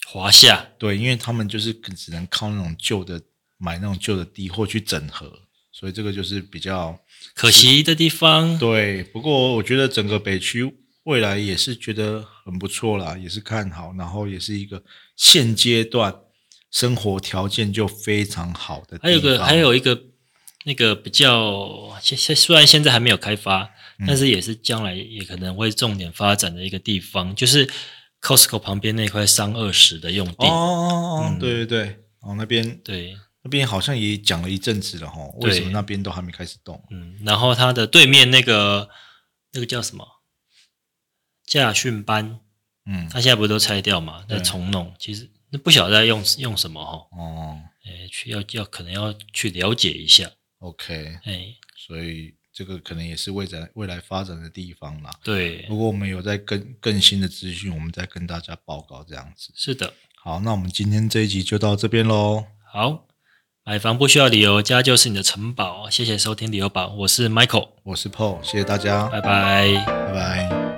[SPEAKER 2] 华夏，
[SPEAKER 1] 对，因为他们就是只能靠那种旧的买那种旧的地或去整合，所以这个就是比较
[SPEAKER 2] 可惜的地方，
[SPEAKER 1] 对。不过我觉得整个北区未来也是觉得很不错啦，也是看好，然后也是一个现阶段生活条件就非常好的地方。
[SPEAKER 2] 还有个还有一个那个比较，现现虽然现在还没有开发，
[SPEAKER 1] 嗯
[SPEAKER 2] 但是也是将来也可能会重点发展的一个地方，就是 Costco 旁边那块商二十的用地。
[SPEAKER 1] 哦哦，哦
[SPEAKER 2] 嗯
[SPEAKER 1] 对对对，哦那边
[SPEAKER 2] 对，
[SPEAKER 1] 那边好像也讲了一阵子了哈，为什么
[SPEAKER 2] 对
[SPEAKER 1] 那边都还没开始动？
[SPEAKER 2] 嗯，然后它的对面那个那个叫什么驾训班，
[SPEAKER 1] 嗯，
[SPEAKER 2] 它现在不是都拆掉嘛，在
[SPEAKER 1] 对
[SPEAKER 2] 重弄，其实那不晓得在用用什么哈、哦，
[SPEAKER 1] 哦
[SPEAKER 2] 哎，去要要可能要去了解一下，
[SPEAKER 1] ，OK，
[SPEAKER 2] 哎，
[SPEAKER 1] 所以这个可能也是未来未来发展的地方啦。
[SPEAKER 2] 对，
[SPEAKER 1] 如果我们有在更更新的资讯，我们再跟大家报告这样子。
[SPEAKER 2] 是的，
[SPEAKER 1] 好，那我们今天这一集就到这边喽。
[SPEAKER 2] 好，买房不需要理由，家就是你的城堡，谢谢收听理由榜，我是 Michael，
[SPEAKER 1] 我是 Paul，谢谢大家，
[SPEAKER 2] 拜拜。
[SPEAKER 1] 拜拜